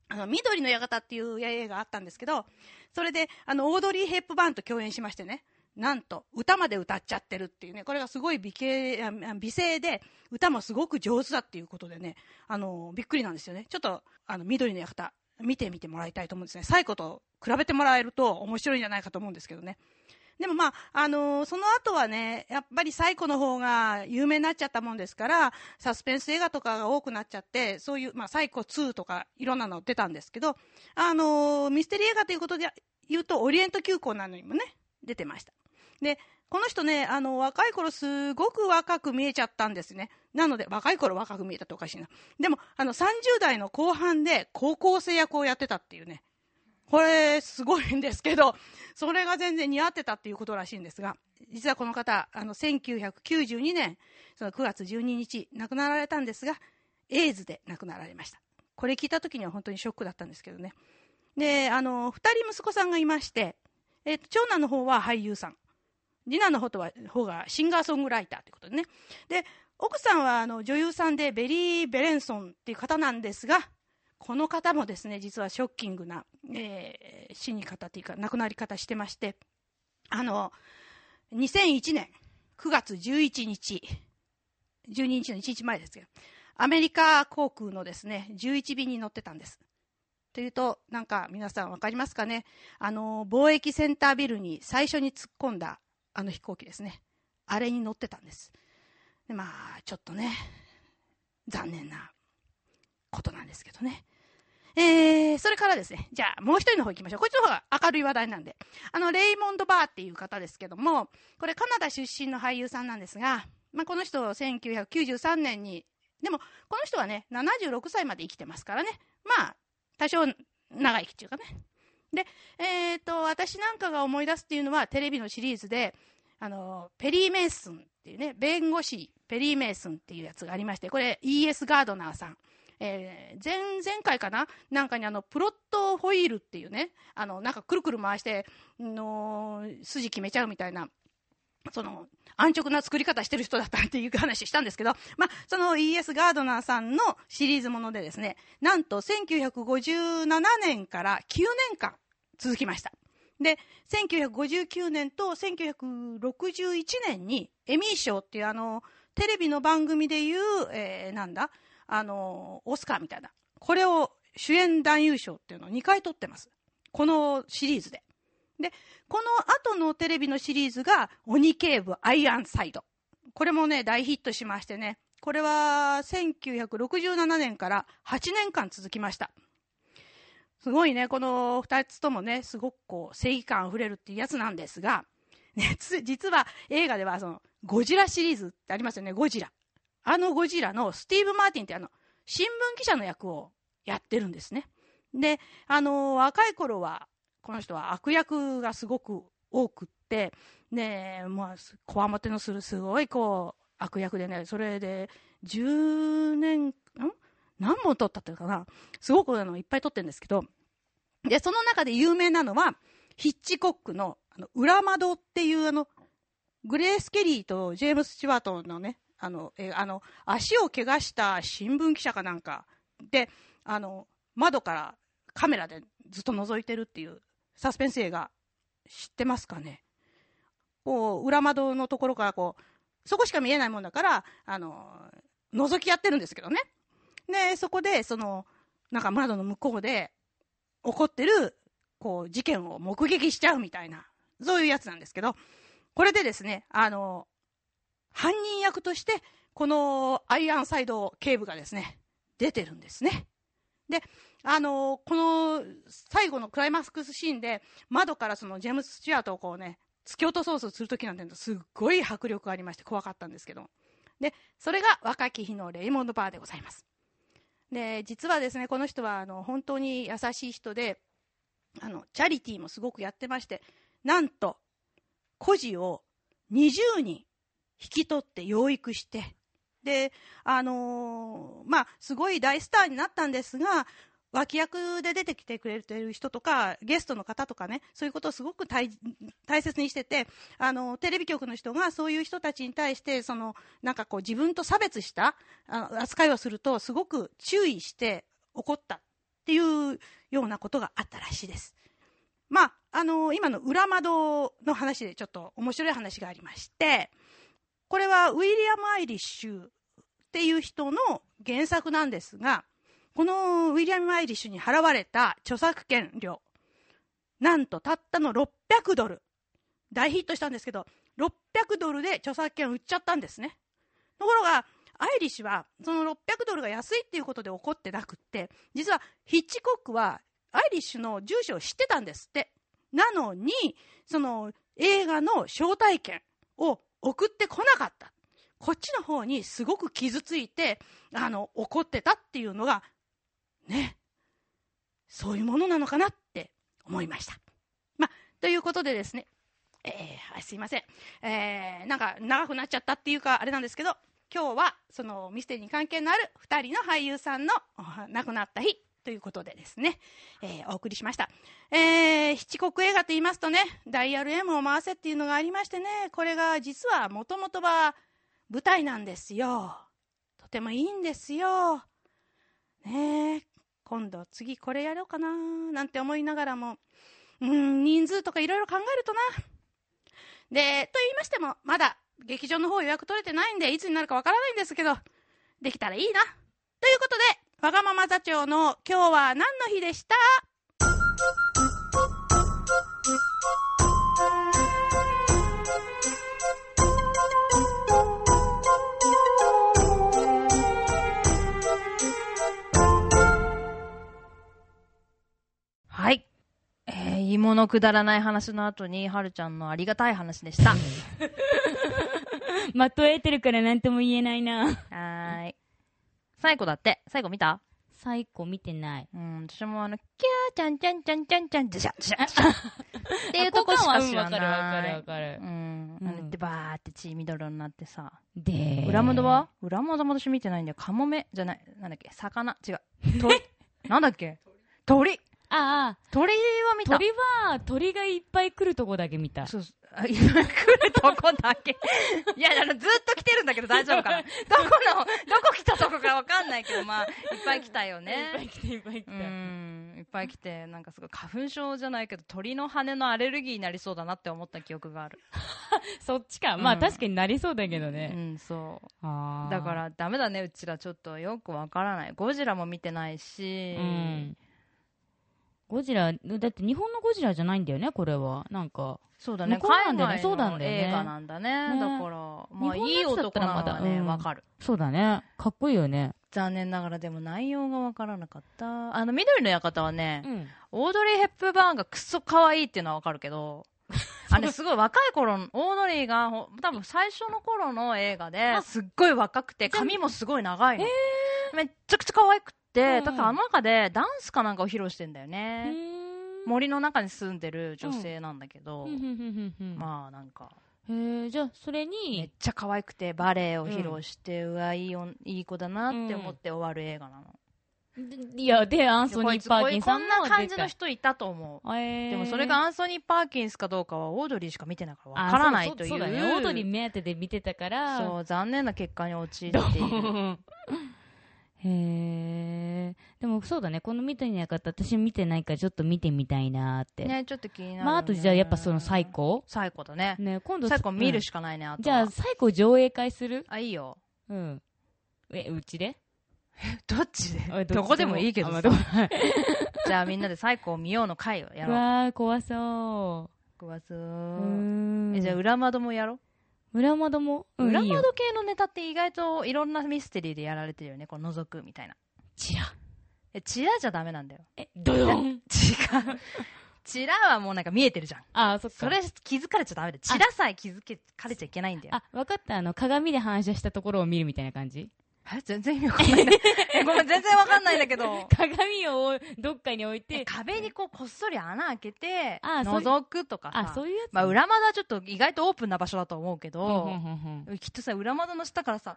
[SPEAKER 4] あの、緑の館っていう映画あったんですけど、それで、あの、オードリー・ヘップバーンと共演しましてね、なんと、歌まで歌っちゃってるっていうね、これがすごい美形、ああ美声で、歌もすごく上手だっていうことでね、あの、びっくりなんですよね。ちょっと、あの、緑の館、見てみてもらいたいと思うんですね。サイコと比べてもらえると面白いんじゃないかと思うんですけどね。でもまあ、あのその後はね、やっぱりサイコの方が有名になっちゃったもんですから、サスペンス映画とかが多くなっちゃって、そういう、まあ、サイコ2とかいろんなの出たんですけど、あのミステリー映画ということで言うと、オリエント急行なのにもね、出てました。で、この人ね、あの、若い頃すごく若く見えちゃったんですね。なので、若い頃若く見えたっておかしいな。でも、あの、30代の後半で高校生役をやってたっていうね。これ、すごいんですけど、それが全然似合ってたっていうことらしいんですが、実はこの方、あの、1992年、その9月12日、亡くなられたんですが、エイズで亡くなられました。これ聞いた時には本当にショックだったんですけどね。で、あの、二人息子さんがいまして、えっと、長男の方は俳優さん。次男の方とは方がシンガーソングライターということでね。で、奥さんはあの女優さんでベリー・ベレンソンっていう方なんですが、この方もですね、実はショッキングな、えー死に方というか、亡くなり方してまして、あの、2001年9月11日、12日の1日前ですけど、アメリカ航空のですね、11便に乗ってたんです。というと、なんか皆さんわかりますかねあの、貿易センタービルに最初に突っ込んだあの飛行機ですね。あれに乗ってたんです。でまあ、ちょっとね、残念なことなんですけどね。えー、それからですね、じゃあもう一人の方行きましょう。こっちの方が明るい話題なんで。あの、レイモンド・バーっていう方ですけども、これカナダ出身の俳優さんなんですが、まあ、この人1993年に、でも、この人はね、76歳まで生きてますからね。まあ、多少長生きっていうかね。で、えっ、と、私なんかが思い出すっていうのはテレビのシリーズで、あの、ペリー・メイスンっていうね、弁護士、ペリー・メイスンっていうやつがありまして、これ ES ガードナーさん。えー前前回かななんかにあのプロットホイールっていうねあのなんかくるくる回しての筋決めちゃうみたいなその安直な作り方してる人だったっていう話したんですけど、まあ、その E.S. ガードナーさんのシリーズものでですね、なんと1957年から9年間続きました。で、1959年と1961年にエミー賞っていうあの、テレビの番組でいう、えーなんだ、あの、オスカーみたいな。これを主演男優賞っていうのを2回取ってます。このシリーズで。で、この後のテレビのシリーズが、鬼警部アイアンサイド。これもね、大ヒットしましてね、これは1967年から8年間続きました。すごいね、この2つともね、すごくこう、正義感あふれるっていうやつなんですが、ね、つ実は映画では、その、ゴジラシリーズってありますよね、ゴジラ。あのゴジラのスティーブ・マーティンってあの、新聞記者の役をやってるんですね。で、あの若い頃は、この人は悪役がすごく多くって、ねえ、まあ、すこわもてのするすごいこう、悪役でね、それで、10年、ん何本撮ったっていうかな、すごくあのいっぱい撮ってるんですけど、で、その中で有名なのは、ヒッチコックの、あの、裏窓っていうあの、グレース・ケリーとジェームス・スチュワートのね、あの、えあの、足を怪我した新聞記者かなんか、で、あの、窓からカメラでずっと覗いてるっていうサスペンス映画、知ってますかねこう、裏窓のところからこう、そこしか見えないもんだから、あの、覗きやってるんですけどね。で、そこで、その、なんか窓の向こうで起こってる、こう、事件を目撃しちゃうみたいな、そういうやつなんですけど、これでですね、あの、犯人役として、このアイアンサイド警部がですね、出てるんですね。で、あのこの最後のクライマックスシーンで、窓からそのジェームス・スチュアートをこうね、突き落とそうとするときなんていうの、すっごい迫力がありまして怖かったんですけど。で、それが若き日のレイモンド・バーでございます。で、実はですね、この人は、あの、本当に優しい人で、あの、チャリティーもすごくやってまして、なんと、孤児を20人引き取って養育して、で、あのーまあ、すごい大スターになったんですが、脇役で出てきてくれてる人とか、ゲストの方とかね、そういうことをすごく大大切にしてて、あの、テレビ局の人がそういう人たちに対して、その、なんかこう自分と差別したあの扱いをすると、すごく注意して怒ったっていうようなことがあったらしいです。まあ、あの、今の裏窓の話でちょっと面白い話がありまして、これはウィリアム・アイリッシュっていう人の原作なんですが、このウィリアム・アイリッシュに払われた著作権料、なんとたったの600ドル。大ヒットしたんですけど、600ドルで著作権売っちゃったんですね。ところが、アイリッシュは、その600ドルが安いっていうことで怒ってなくって、実はヒッチコックは、アイリッシュの住所を知ってたんですって。なのに、その映画の招待券を送ってこなかった。こっちの方にすごく傷ついて、あの、怒ってたっていうのが、ね、そういうものなのかなって思いました。まあ、ということでですね、えーあすいません。えーなんか長くなっちゃったっていうか、あれなんですけど、今日はそのミステリーに関係のある2人の俳優さんのおは亡くなった日ということでですね、えーお送りしました。えー、七国映画と言いますとね、ダイヤル M を回せっていうのがありましてね、これが実はもともとは舞台なんですよ。とてもいいんですよ。ねえ、今度次これやろうかな、なんて思いながらも、うーん、人数とかいろいろ考えるとな。で、と言いましても、まだ劇場の方予約取れてないんで、いつになるかわからないんですけど、できたらいいな。ということで、わがまま座長の今日は何の日でした
[SPEAKER 2] はい。えー、芋のくだらない話の後に、はるちゃんのありがたい話でした。は
[SPEAKER 3] [LAUGHS] まとえてるから何とも言えないな。
[SPEAKER 2] ーい。最後だって。最後見た
[SPEAKER 3] サイコ見てない。
[SPEAKER 2] うん、私もあの、キャーちゃんちゃんち
[SPEAKER 3] [LAUGHS]
[SPEAKER 2] ゃんちゃんちゃん、じゃじゃじゃじゃ。っていうとこしか知ら
[SPEAKER 3] わかるわかる
[SPEAKER 2] な
[SPEAKER 3] わ
[SPEAKER 2] い。
[SPEAKER 3] かる
[SPEAKER 2] う。ん。
[SPEAKER 3] う
[SPEAKER 2] あの
[SPEAKER 3] ん
[SPEAKER 2] ってバーって血みどろになってさ
[SPEAKER 1] で、
[SPEAKER 2] 裏窓は裏窓も私見てないんだよカモメじゃないなんだっけ魚
[SPEAKER 1] [LAUGHS]
[SPEAKER 2] 違う鳥なんだっけ鳥
[SPEAKER 1] あ
[SPEAKER 2] 鳥は見
[SPEAKER 1] あ、
[SPEAKER 2] た
[SPEAKER 1] 鳥は、鳥がいっぱい来るとこだけ見た。
[SPEAKER 2] そうそうあ今来るとこだけ [LAUGHS] いやあのずっと来てるんだけど大丈夫
[SPEAKER 1] [LAUGHS]
[SPEAKER 2] かなどこのどこ来たとこかわかんないけどまあいっぱい来たよ
[SPEAKER 1] いっぱ
[SPEAKER 2] ね
[SPEAKER 1] い来て、いっぱい来
[SPEAKER 2] う
[SPEAKER 1] た。
[SPEAKER 2] んいっぱい来てなんかすごい花粉症じゃないけど鳥の羽のアレルギーになりそうだなって思った記憶がある
[SPEAKER 1] そっちか。
[SPEAKER 2] うん
[SPEAKER 1] まあ、確かになりそうだけど
[SPEAKER 2] う
[SPEAKER 1] ね。
[SPEAKER 2] んそう
[SPEAKER 1] あー
[SPEAKER 2] だか、らダメだねうちらちょっとよくわからないゴジラも見てないし、
[SPEAKER 1] うん。ゴジラ、だって日本のゴジラじゃないんだよね、これは。なんか、
[SPEAKER 2] そうだね
[SPEAKER 1] 向こうなんだよね
[SPEAKER 2] 海外の
[SPEAKER 1] そうなんだよね
[SPEAKER 2] 映画なんだね
[SPEAKER 1] ね
[SPEAKER 2] だからまあ
[SPEAKER 1] 日本の
[SPEAKER 2] い
[SPEAKER 1] や
[SPEAKER 2] い
[SPEAKER 1] つだっ
[SPEAKER 2] 男
[SPEAKER 1] たら
[SPEAKER 2] な
[SPEAKER 1] ま
[SPEAKER 2] の
[SPEAKER 1] だ
[SPEAKER 2] はね
[SPEAKER 1] うん
[SPEAKER 2] わ、かる
[SPEAKER 1] そうだね。かっこいいよね。
[SPEAKER 2] 残念ながらでも内容がわからなかったあの緑の館はね、
[SPEAKER 1] うん。
[SPEAKER 2] オードリー・ヘップバーンがクソ可愛いっていうのはわかるけ [LAUGHS] どあれすごい若い頃のオードリーがほ多分最初の頃の映画ですっごい若くて髪もすごい長いの、めっちゃくちゃ可愛くって、
[SPEAKER 1] うん
[SPEAKER 2] だからあの中でダンスかなんかを披露してんだよ
[SPEAKER 1] う
[SPEAKER 2] ね、
[SPEAKER 1] ーん
[SPEAKER 2] 森の中に住んでる女性なんだけど、
[SPEAKER 1] うんうんうんうんうん
[SPEAKER 2] まあなんか
[SPEAKER 1] へーじゃあ、それ
[SPEAKER 2] めっ
[SPEAKER 1] に、
[SPEAKER 2] ちゃ可愛くてバレエを披露して、うわいいおいい子だなって思って終わる映画なの、
[SPEAKER 1] いや、で、アンソ
[SPEAKER 2] こ
[SPEAKER 1] ニ
[SPEAKER 2] いつ
[SPEAKER 1] ー・パーキンさ
[SPEAKER 2] こ
[SPEAKER 1] ん
[SPEAKER 2] い
[SPEAKER 1] の
[SPEAKER 2] つこんな感じの
[SPEAKER 1] 出て
[SPEAKER 2] 人いたと思う
[SPEAKER 1] た。えー
[SPEAKER 2] でもそれがアンソニー・パーキンスかどうかはオードリーしか見てないから
[SPEAKER 1] あ
[SPEAKER 2] わからないという
[SPEAKER 1] そうそうそうだね。オードリー目当てで見てたから。
[SPEAKER 2] そう残念な結果に陥っている
[SPEAKER 1] へえ。でもそうだね。この見てなかった私見てないからちょっと見てみたいなーって。
[SPEAKER 2] ねちょっと気になる、ね、
[SPEAKER 1] まああとじゃあやっぱその最高
[SPEAKER 2] 最高だね
[SPEAKER 1] ね、今度
[SPEAKER 2] 最高見る
[SPEAKER 1] し、
[SPEAKER 2] しかないね、あ
[SPEAKER 1] うん
[SPEAKER 2] と
[SPEAKER 1] じゃあ
[SPEAKER 2] は
[SPEAKER 1] 最高上映会する
[SPEAKER 2] あいいよ
[SPEAKER 1] うん。え、うちで
[SPEAKER 2] どっち
[SPEAKER 1] あどっ
[SPEAKER 2] で
[SPEAKER 1] ちでも
[SPEAKER 2] どこでもいいけど
[SPEAKER 1] あまあ
[SPEAKER 2] さ
[SPEAKER 1] ど
[SPEAKER 2] じゃあみんなで最高見ようの会をや
[SPEAKER 1] [LAUGHS] う
[SPEAKER 2] ろう
[SPEAKER 1] わー、怖そ。
[SPEAKER 2] 怖そう
[SPEAKER 1] うー。
[SPEAKER 2] うんえじゃあ裏窓もやろう
[SPEAKER 1] 裏窓も、うん、
[SPEAKER 2] 裏
[SPEAKER 1] いいよ
[SPEAKER 2] 窓系のネタって意外といろんなミステリーでやられてるよねこう覗くみたいな
[SPEAKER 1] チラ。
[SPEAKER 2] えチラじゃダメ [LAUGHS] なんだよ
[SPEAKER 1] え、ドヨン
[SPEAKER 2] 違うチラはもうなんか見えてるじゃん
[SPEAKER 1] [LAUGHS] あー、そっか。
[SPEAKER 2] それ気づかれちゃダメだよチラさえ気づけかれちゃいけないんだよ
[SPEAKER 1] あ、わかった。あの、鏡で反射したところを見るみたいな感じ
[SPEAKER 2] え全然意味わかんないね [LAUGHS] えごめん全然わかんないんだけ [LAUGHS] ど
[SPEAKER 1] [LAUGHS] 鏡をどっかに置い
[SPEAKER 2] え
[SPEAKER 1] て、
[SPEAKER 2] 壁にこうこっそり穴開けて
[SPEAKER 1] あそういう
[SPEAKER 2] 覗くとか
[SPEAKER 1] あ、
[SPEAKER 2] さ
[SPEAKER 1] そういうやつ、
[SPEAKER 2] まあ裏窓はちょっと意外とオープンな場所だと思うけ
[SPEAKER 1] うんうん
[SPEAKER 2] ど
[SPEAKER 1] うんうん
[SPEAKER 2] きっとさ裏窓の下からさ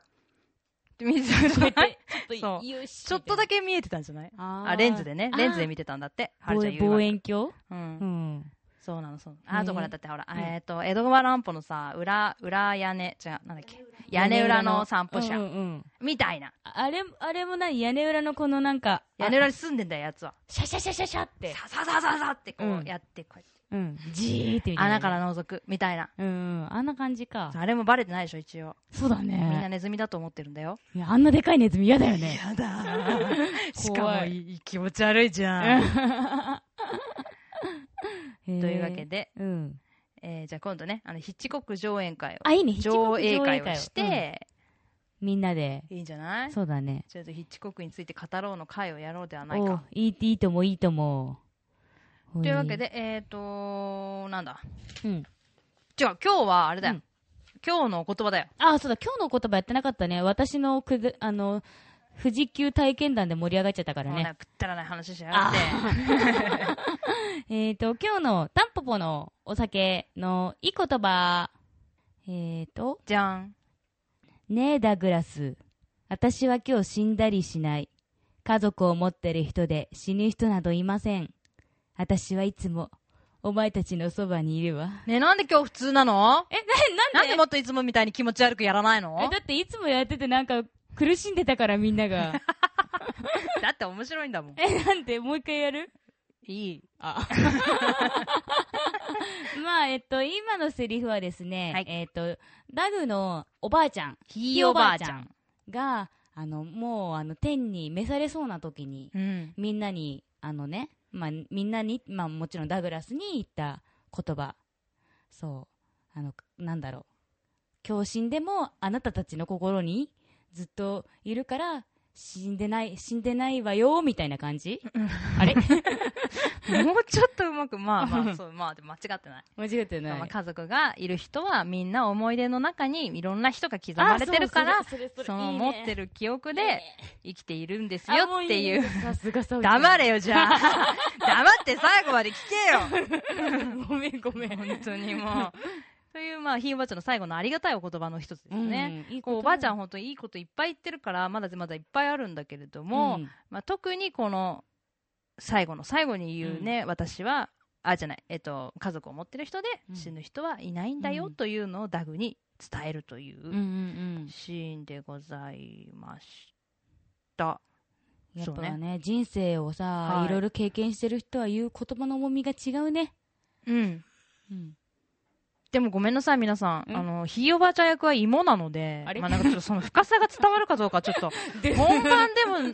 [SPEAKER 2] って見てたんじ
[SPEAKER 1] こ
[SPEAKER 2] ゃ
[SPEAKER 1] う
[SPEAKER 2] な
[SPEAKER 1] や
[SPEAKER 2] い
[SPEAKER 1] って [LAUGHS] ちょ
[SPEAKER 2] そ
[SPEAKER 1] っと、よし。
[SPEAKER 2] ちょっとだ
[SPEAKER 1] け。
[SPEAKER 2] け見えてたんじゃない
[SPEAKER 1] あー
[SPEAKER 2] あ、レンズでね。レンズで見てたんだって。はる
[SPEAKER 1] 望
[SPEAKER 2] ちゃん
[SPEAKER 1] 遠
[SPEAKER 2] 言うわ
[SPEAKER 1] 望遠鏡
[SPEAKER 2] うん
[SPEAKER 1] う。ん。
[SPEAKER 2] そうなの、そうな
[SPEAKER 1] ね
[SPEAKER 2] の。あとほら、だってほら、
[SPEAKER 1] ん
[SPEAKER 2] えっと、江戸川乱歩のさ、裏、裏屋根、違う、なんだっけ。屋根裏の散歩
[SPEAKER 1] うんう
[SPEAKER 2] 者。
[SPEAKER 1] んうん
[SPEAKER 2] みたいな。
[SPEAKER 1] あれ、あれも何屋根裏のこのなんか、あ
[SPEAKER 2] 屋根裏に住んでんだよ、やつは。
[SPEAKER 1] シャシャシャシャシャって。
[SPEAKER 2] さささささってこ
[SPEAKER 1] う
[SPEAKER 2] うんやって、こうやって。
[SPEAKER 1] うん。じーってみたいな。
[SPEAKER 2] 穴か。ら覗く、みたいな。
[SPEAKER 1] うんうん。あんな感じか。
[SPEAKER 2] あれもバレてないでしょ、一応。
[SPEAKER 1] そうだ
[SPEAKER 2] みんな
[SPEAKER 1] ね。
[SPEAKER 2] ネズミだと思ってるんだよ。
[SPEAKER 1] いやあんなでかいネズミ嫌だよね。
[SPEAKER 2] やだ [LAUGHS] しかも
[SPEAKER 1] 怖
[SPEAKER 2] いい、気持ち悪いじゃん。
[SPEAKER 1] と
[SPEAKER 2] というわけ。で、
[SPEAKER 1] うん。
[SPEAKER 2] えーじゃあ今度ね、あの、ヒッチコック上演会を。
[SPEAKER 1] あ、いいね。
[SPEAKER 2] 上
[SPEAKER 1] ヒッチ
[SPEAKER 2] 映会
[SPEAKER 1] コック
[SPEAKER 2] をして、
[SPEAKER 1] うんみんなで。
[SPEAKER 2] いいんじゃない
[SPEAKER 1] そうだね。
[SPEAKER 2] ちょっとヒッチコックについて語ろうの会をやろうではない
[SPEAKER 1] おう
[SPEAKER 2] か。
[SPEAKER 1] いい、いいともいいとも。と
[SPEAKER 2] というわけ。で、えっ、ー、と、なんだ。
[SPEAKER 1] うん。
[SPEAKER 2] 違う、今日はあれだよ。
[SPEAKER 1] うん
[SPEAKER 2] 今日のお言葉だよ。
[SPEAKER 1] あ、そうだ、今日のお言葉やってなかったね。私のくず、あの、富士急体験談で盛り上がっちゃったから
[SPEAKER 2] もう
[SPEAKER 1] ね。
[SPEAKER 2] なんかくったらない話しやがって。
[SPEAKER 1] えっ、と、今日のタンポポのお酒のいい言葉。えっ、と、
[SPEAKER 2] じゃん。
[SPEAKER 1] ねえ、ダグラス。私は今日死んだりしない。家族を持ってる人で死ぬ人などいません。私はいつも、お前たちのそばにいるわ。
[SPEAKER 2] ねえなんで今日普通なの
[SPEAKER 1] え、な、
[SPEAKER 2] な
[SPEAKER 1] なんん
[SPEAKER 2] で
[SPEAKER 1] で
[SPEAKER 2] もっといつもみたいに気持ち悪くやらないの
[SPEAKER 1] え、だっていつもやっててなんか苦しんでたからみんな [LAUGHS] が。
[SPEAKER 2] だって面白いんだもん。
[SPEAKER 1] え、なんでもう一回やる
[SPEAKER 2] いい。
[SPEAKER 1] あ。まあ、えっと、今のセリフはですね、
[SPEAKER 2] はい
[SPEAKER 1] えっと、ダグのおばあちゃん
[SPEAKER 2] ひ
[SPEAKER 1] いおばあちゃん。が、あの、もう、あの、天に召されそうな時に、
[SPEAKER 2] うん。
[SPEAKER 1] みんなに、あのね、まあ、みんなに、まあ、もちろんダグラスに言った言葉。そう。あの、なんだろう。狂信でも、あなたたちの心にずっといるから、死んでない、死んでないわよ、みたいな感じあれ
[SPEAKER 2] [LAUGHS] もうちょっとうまく、まあ [LAUGHS] まあ、そう、まあ、でも間違って [LAUGHS] ない。
[SPEAKER 1] 間違ってない。
[SPEAKER 2] まあ、家族がいる人はみんな思い出の中にいろんな人が刻まれてるから
[SPEAKER 1] あ、そうれれれ
[SPEAKER 2] そ
[SPEAKER 1] い
[SPEAKER 2] の
[SPEAKER 1] いね
[SPEAKER 2] 持ってる記憶
[SPEAKER 1] いい
[SPEAKER 2] で
[SPEAKER 1] ね
[SPEAKER 2] 生きているんですよっていう。
[SPEAKER 1] あもねさすがさ。
[SPEAKER 2] 黙れよ、じゃあ。
[SPEAKER 1] [LAUGHS]
[SPEAKER 2] 黙って最後まで聞けよ。
[SPEAKER 1] ごめんごめん。
[SPEAKER 2] 本当にもう。という、まあ、ひいおばあちゃんの最後のありがたいお言葉の一つですね。
[SPEAKER 1] うん、いい
[SPEAKER 2] こ
[SPEAKER 1] とだ
[SPEAKER 2] うおばあちゃん本当にいいこといっぱい言ってるから、まだまだいっぱいあるんだけれど
[SPEAKER 1] う
[SPEAKER 2] も、
[SPEAKER 1] ん
[SPEAKER 2] まあ、特にこの最後の最後に言うね、私は、あ、じゃない、えっと、家族を持ってる人で
[SPEAKER 1] うん
[SPEAKER 2] 死ぬ人はいないんだよ
[SPEAKER 1] うん
[SPEAKER 2] というのをダグに伝えるとい
[SPEAKER 1] うんう
[SPEAKER 2] うんシーンでございました。
[SPEAKER 1] うん、やっぱ
[SPEAKER 2] そう
[SPEAKER 1] ね人生をさ、
[SPEAKER 2] はい
[SPEAKER 1] い、ろいろ経験してる人は言う言葉の重みが違うね、
[SPEAKER 2] うん。
[SPEAKER 1] うん、
[SPEAKER 2] でもごめんなさい、皆さん。
[SPEAKER 1] ん
[SPEAKER 2] あの、ひいおばあちゃん役は芋なので、
[SPEAKER 1] あれ
[SPEAKER 2] まあなんかちょっとその深さが伝わるかどうか、ちょっ
[SPEAKER 1] [LAUGHS]
[SPEAKER 2] と、本番でも危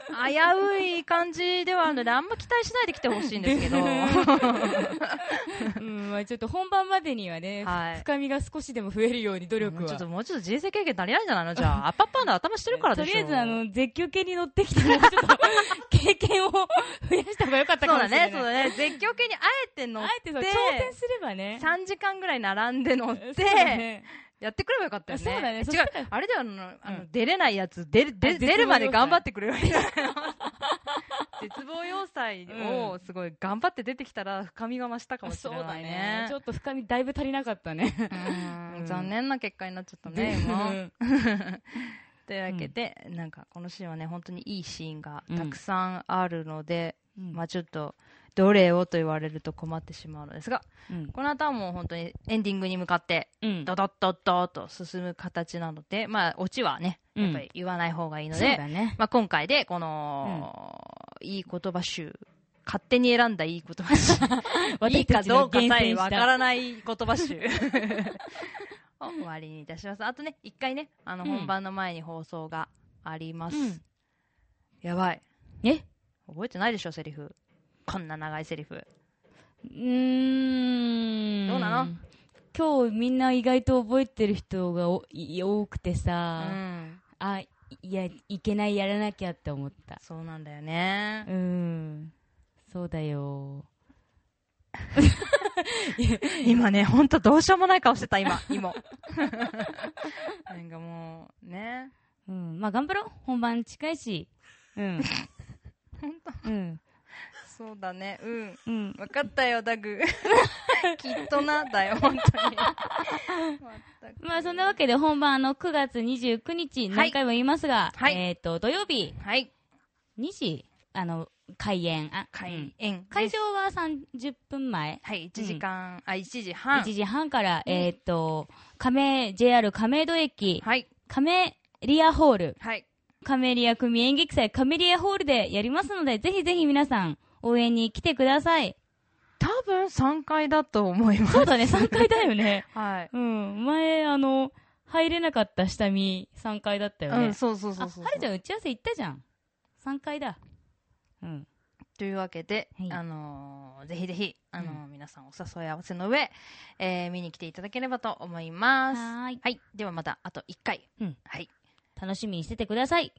[SPEAKER 2] うい感じではあるので、あんま期待しないで来てほしいんですけ [LAUGHS] ど。
[SPEAKER 1] うんまあ、ちょっと本番までにはね、
[SPEAKER 2] はい
[SPEAKER 1] 深みが少しでも増えるように努力
[SPEAKER 2] もう
[SPEAKER 1] は
[SPEAKER 2] ちょっともうちょっと人生経験足りないんじゃないのじゃあ、アッパッパンで頭してるから
[SPEAKER 1] と
[SPEAKER 2] でしょ。
[SPEAKER 1] りあえずあの絶叫系に乗ってきてもうちょっと経験を増やした方が良かった
[SPEAKER 2] そ
[SPEAKER 1] かも
[SPEAKER 2] うだ
[SPEAKER 1] しれない
[SPEAKER 2] ね、そうだね。絶叫系にあえて乗っ
[SPEAKER 1] あえてそう
[SPEAKER 2] で
[SPEAKER 1] 挑戦すればね
[SPEAKER 2] 3時間ぐらい並んで乗っ
[SPEAKER 1] そう
[SPEAKER 2] て、
[SPEAKER 1] だね
[SPEAKER 2] やってくればよかったよね。
[SPEAKER 1] そうだね
[SPEAKER 2] え
[SPEAKER 1] そ
[SPEAKER 2] 違
[SPEAKER 1] した
[SPEAKER 2] う
[SPEAKER 1] ら、
[SPEAKER 2] あれだよ、あの、あの
[SPEAKER 1] うん
[SPEAKER 2] 出れないやつ、出る、出
[SPEAKER 1] あ絶望
[SPEAKER 2] 出るまで
[SPEAKER 1] 要塞
[SPEAKER 2] 頑張ってくれよみたいな。 [LAUGHS] 絶望要塞
[SPEAKER 1] う
[SPEAKER 2] を
[SPEAKER 1] ん
[SPEAKER 2] すごい頑張って出てきたら深みが増したかもし
[SPEAKER 1] そう
[SPEAKER 2] れ
[SPEAKER 1] だ
[SPEAKER 2] ない
[SPEAKER 1] ね
[SPEAKER 2] ね
[SPEAKER 1] ち。ょっと深みだいぶ足りなかったね
[SPEAKER 2] [LAUGHS] うん
[SPEAKER 1] うん
[SPEAKER 2] 残念な結果になっちゃったね、今。というわけで、なんかこのシーンはね、本当にいいシーンがたくさんあるので、
[SPEAKER 1] うん
[SPEAKER 2] まあちょっと、どれをと言われると困ってしまうのですが、
[SPEAKER 1] うん
[SPEAKER 2] この後はもう本当にエンディングに向かって、
[SPEAKER 1] うん
[SPEAKER 2] ドドッドッドッと進む形なので、まあ、オチはね、
[SPEAKER 1] うん
[SPEAKER 2] やっぱり言わない方がいいの
[SPEAKER 1] そう
[SPEAKER 2] で、
[SPEAKER 1] だね
[SPEAKER 2] まあ、今回で、この、いい言葉集、勝手に選んだいい
[SPEAKER 1] [LAUGHS]
[SPEAKER 2] 言葉集、いいかどうかさえわからない言葉集。 [LAUGHS] を終わりにいたします。あとね、一回ね、あの、
[SPEAKER 1] うん
[SPEAKER 2] 本番の前に放送があります。
[SPEAKER 1] うん
[SPEAKER 2] やばい。
[SPEAKER 1] え
[SPEAKER 2] 覚えてないでしょ、セリフ。こんな長いセリフ。
[SPEAKER 1] うーん
[SPEAKER 2] どうなの
[SPEAKER 1] 今日みんな意外と覚えてる人がおい多くて
[SPEAKER 2] う
[SPEAKER 1] さ、
[SPEAKER 2] ん。
[SPEAKER 1] あいやいけないやらなきゃって思った
[SPEAKER 2] そうなんだよね。
[SPEAKER 1] うんそうだよ
[SPEAKER 2] 今ね、ほんとどうしようもない顔してた、 [LAUGHS] 今、今。なんかもう、ね。
[SPEAKER 1] うんまあ頑張ろう本番近いしうん
[SPEAKER 2] [LAUGHS]
[SPEAKER 1] うん
[SPEAKER 2] そうだね、うん。
[SPEAKER 1] うん
[SPEAKER 2] 分かったよ、ダ [LAUGHS] グ。きっとな、だよ、本当 [LAUGHS] に。
[SPEAKER 1] まあそんなわけで本番あの9月29日
[SPEAKER 2] はい
[SPEAKER 1] 何回も言いますが、
[SPEAKER 2] はい
[SPEAKER 1] えっ、と土曜日
[SPEAKER 2] はい、
[SPEAKER 1] 2時あの開演あうん
[SPEAKER 2] 開演です。
[SPEAKER 1] 会場は30分前
[SPEAKER 2] はい、1時間、あ、1時
[SPEAKER 1] 1
[SPEAKER 2] 半。
[SPEAKER 1] 時半から、えっ、と亀 JR 亀戸駅
[SPEAKER 2] はい、
[SPEAKER 1] 亀リアホール
[SPEAKER 2] はい。
[SPEAKER 1] 亀リア組演劇祭亀リアホールでやりますのでぜひぜひ皆さん応援に来てください
[SPEAKER 2] 多分3階だと思います。
[SPEAKER 1] そうだね3階だよね
[SPEAKER 2] [LAUGHS] はい。
[SPEAKER 1] うん前あの入れなかった下見3階だったよ
[SPEAKER 2] う
[SPEAKER 1] ね、
[SPEAKER 2] ん、そうそうそうそうそう。
[SPEAKER 1] あ、はるちゃん打ち合わせ行ったじゃん。3階だ。うん。
[SPEAKER 2] というわけで、
[SPEAKER 1] はい
[SPEAKER 2] あのーぜひぜひ、あのー皆さんお誘い合わせの上、えー見に来ていただければと思います。
[SPEAKER 1] はーい
[SPEAKER 2] はい。ではまた、あと1回。
[SPEAKER 1] うん
[SPEAKER 2] はい。
[SPEAKER 1] 楽しみにしててください。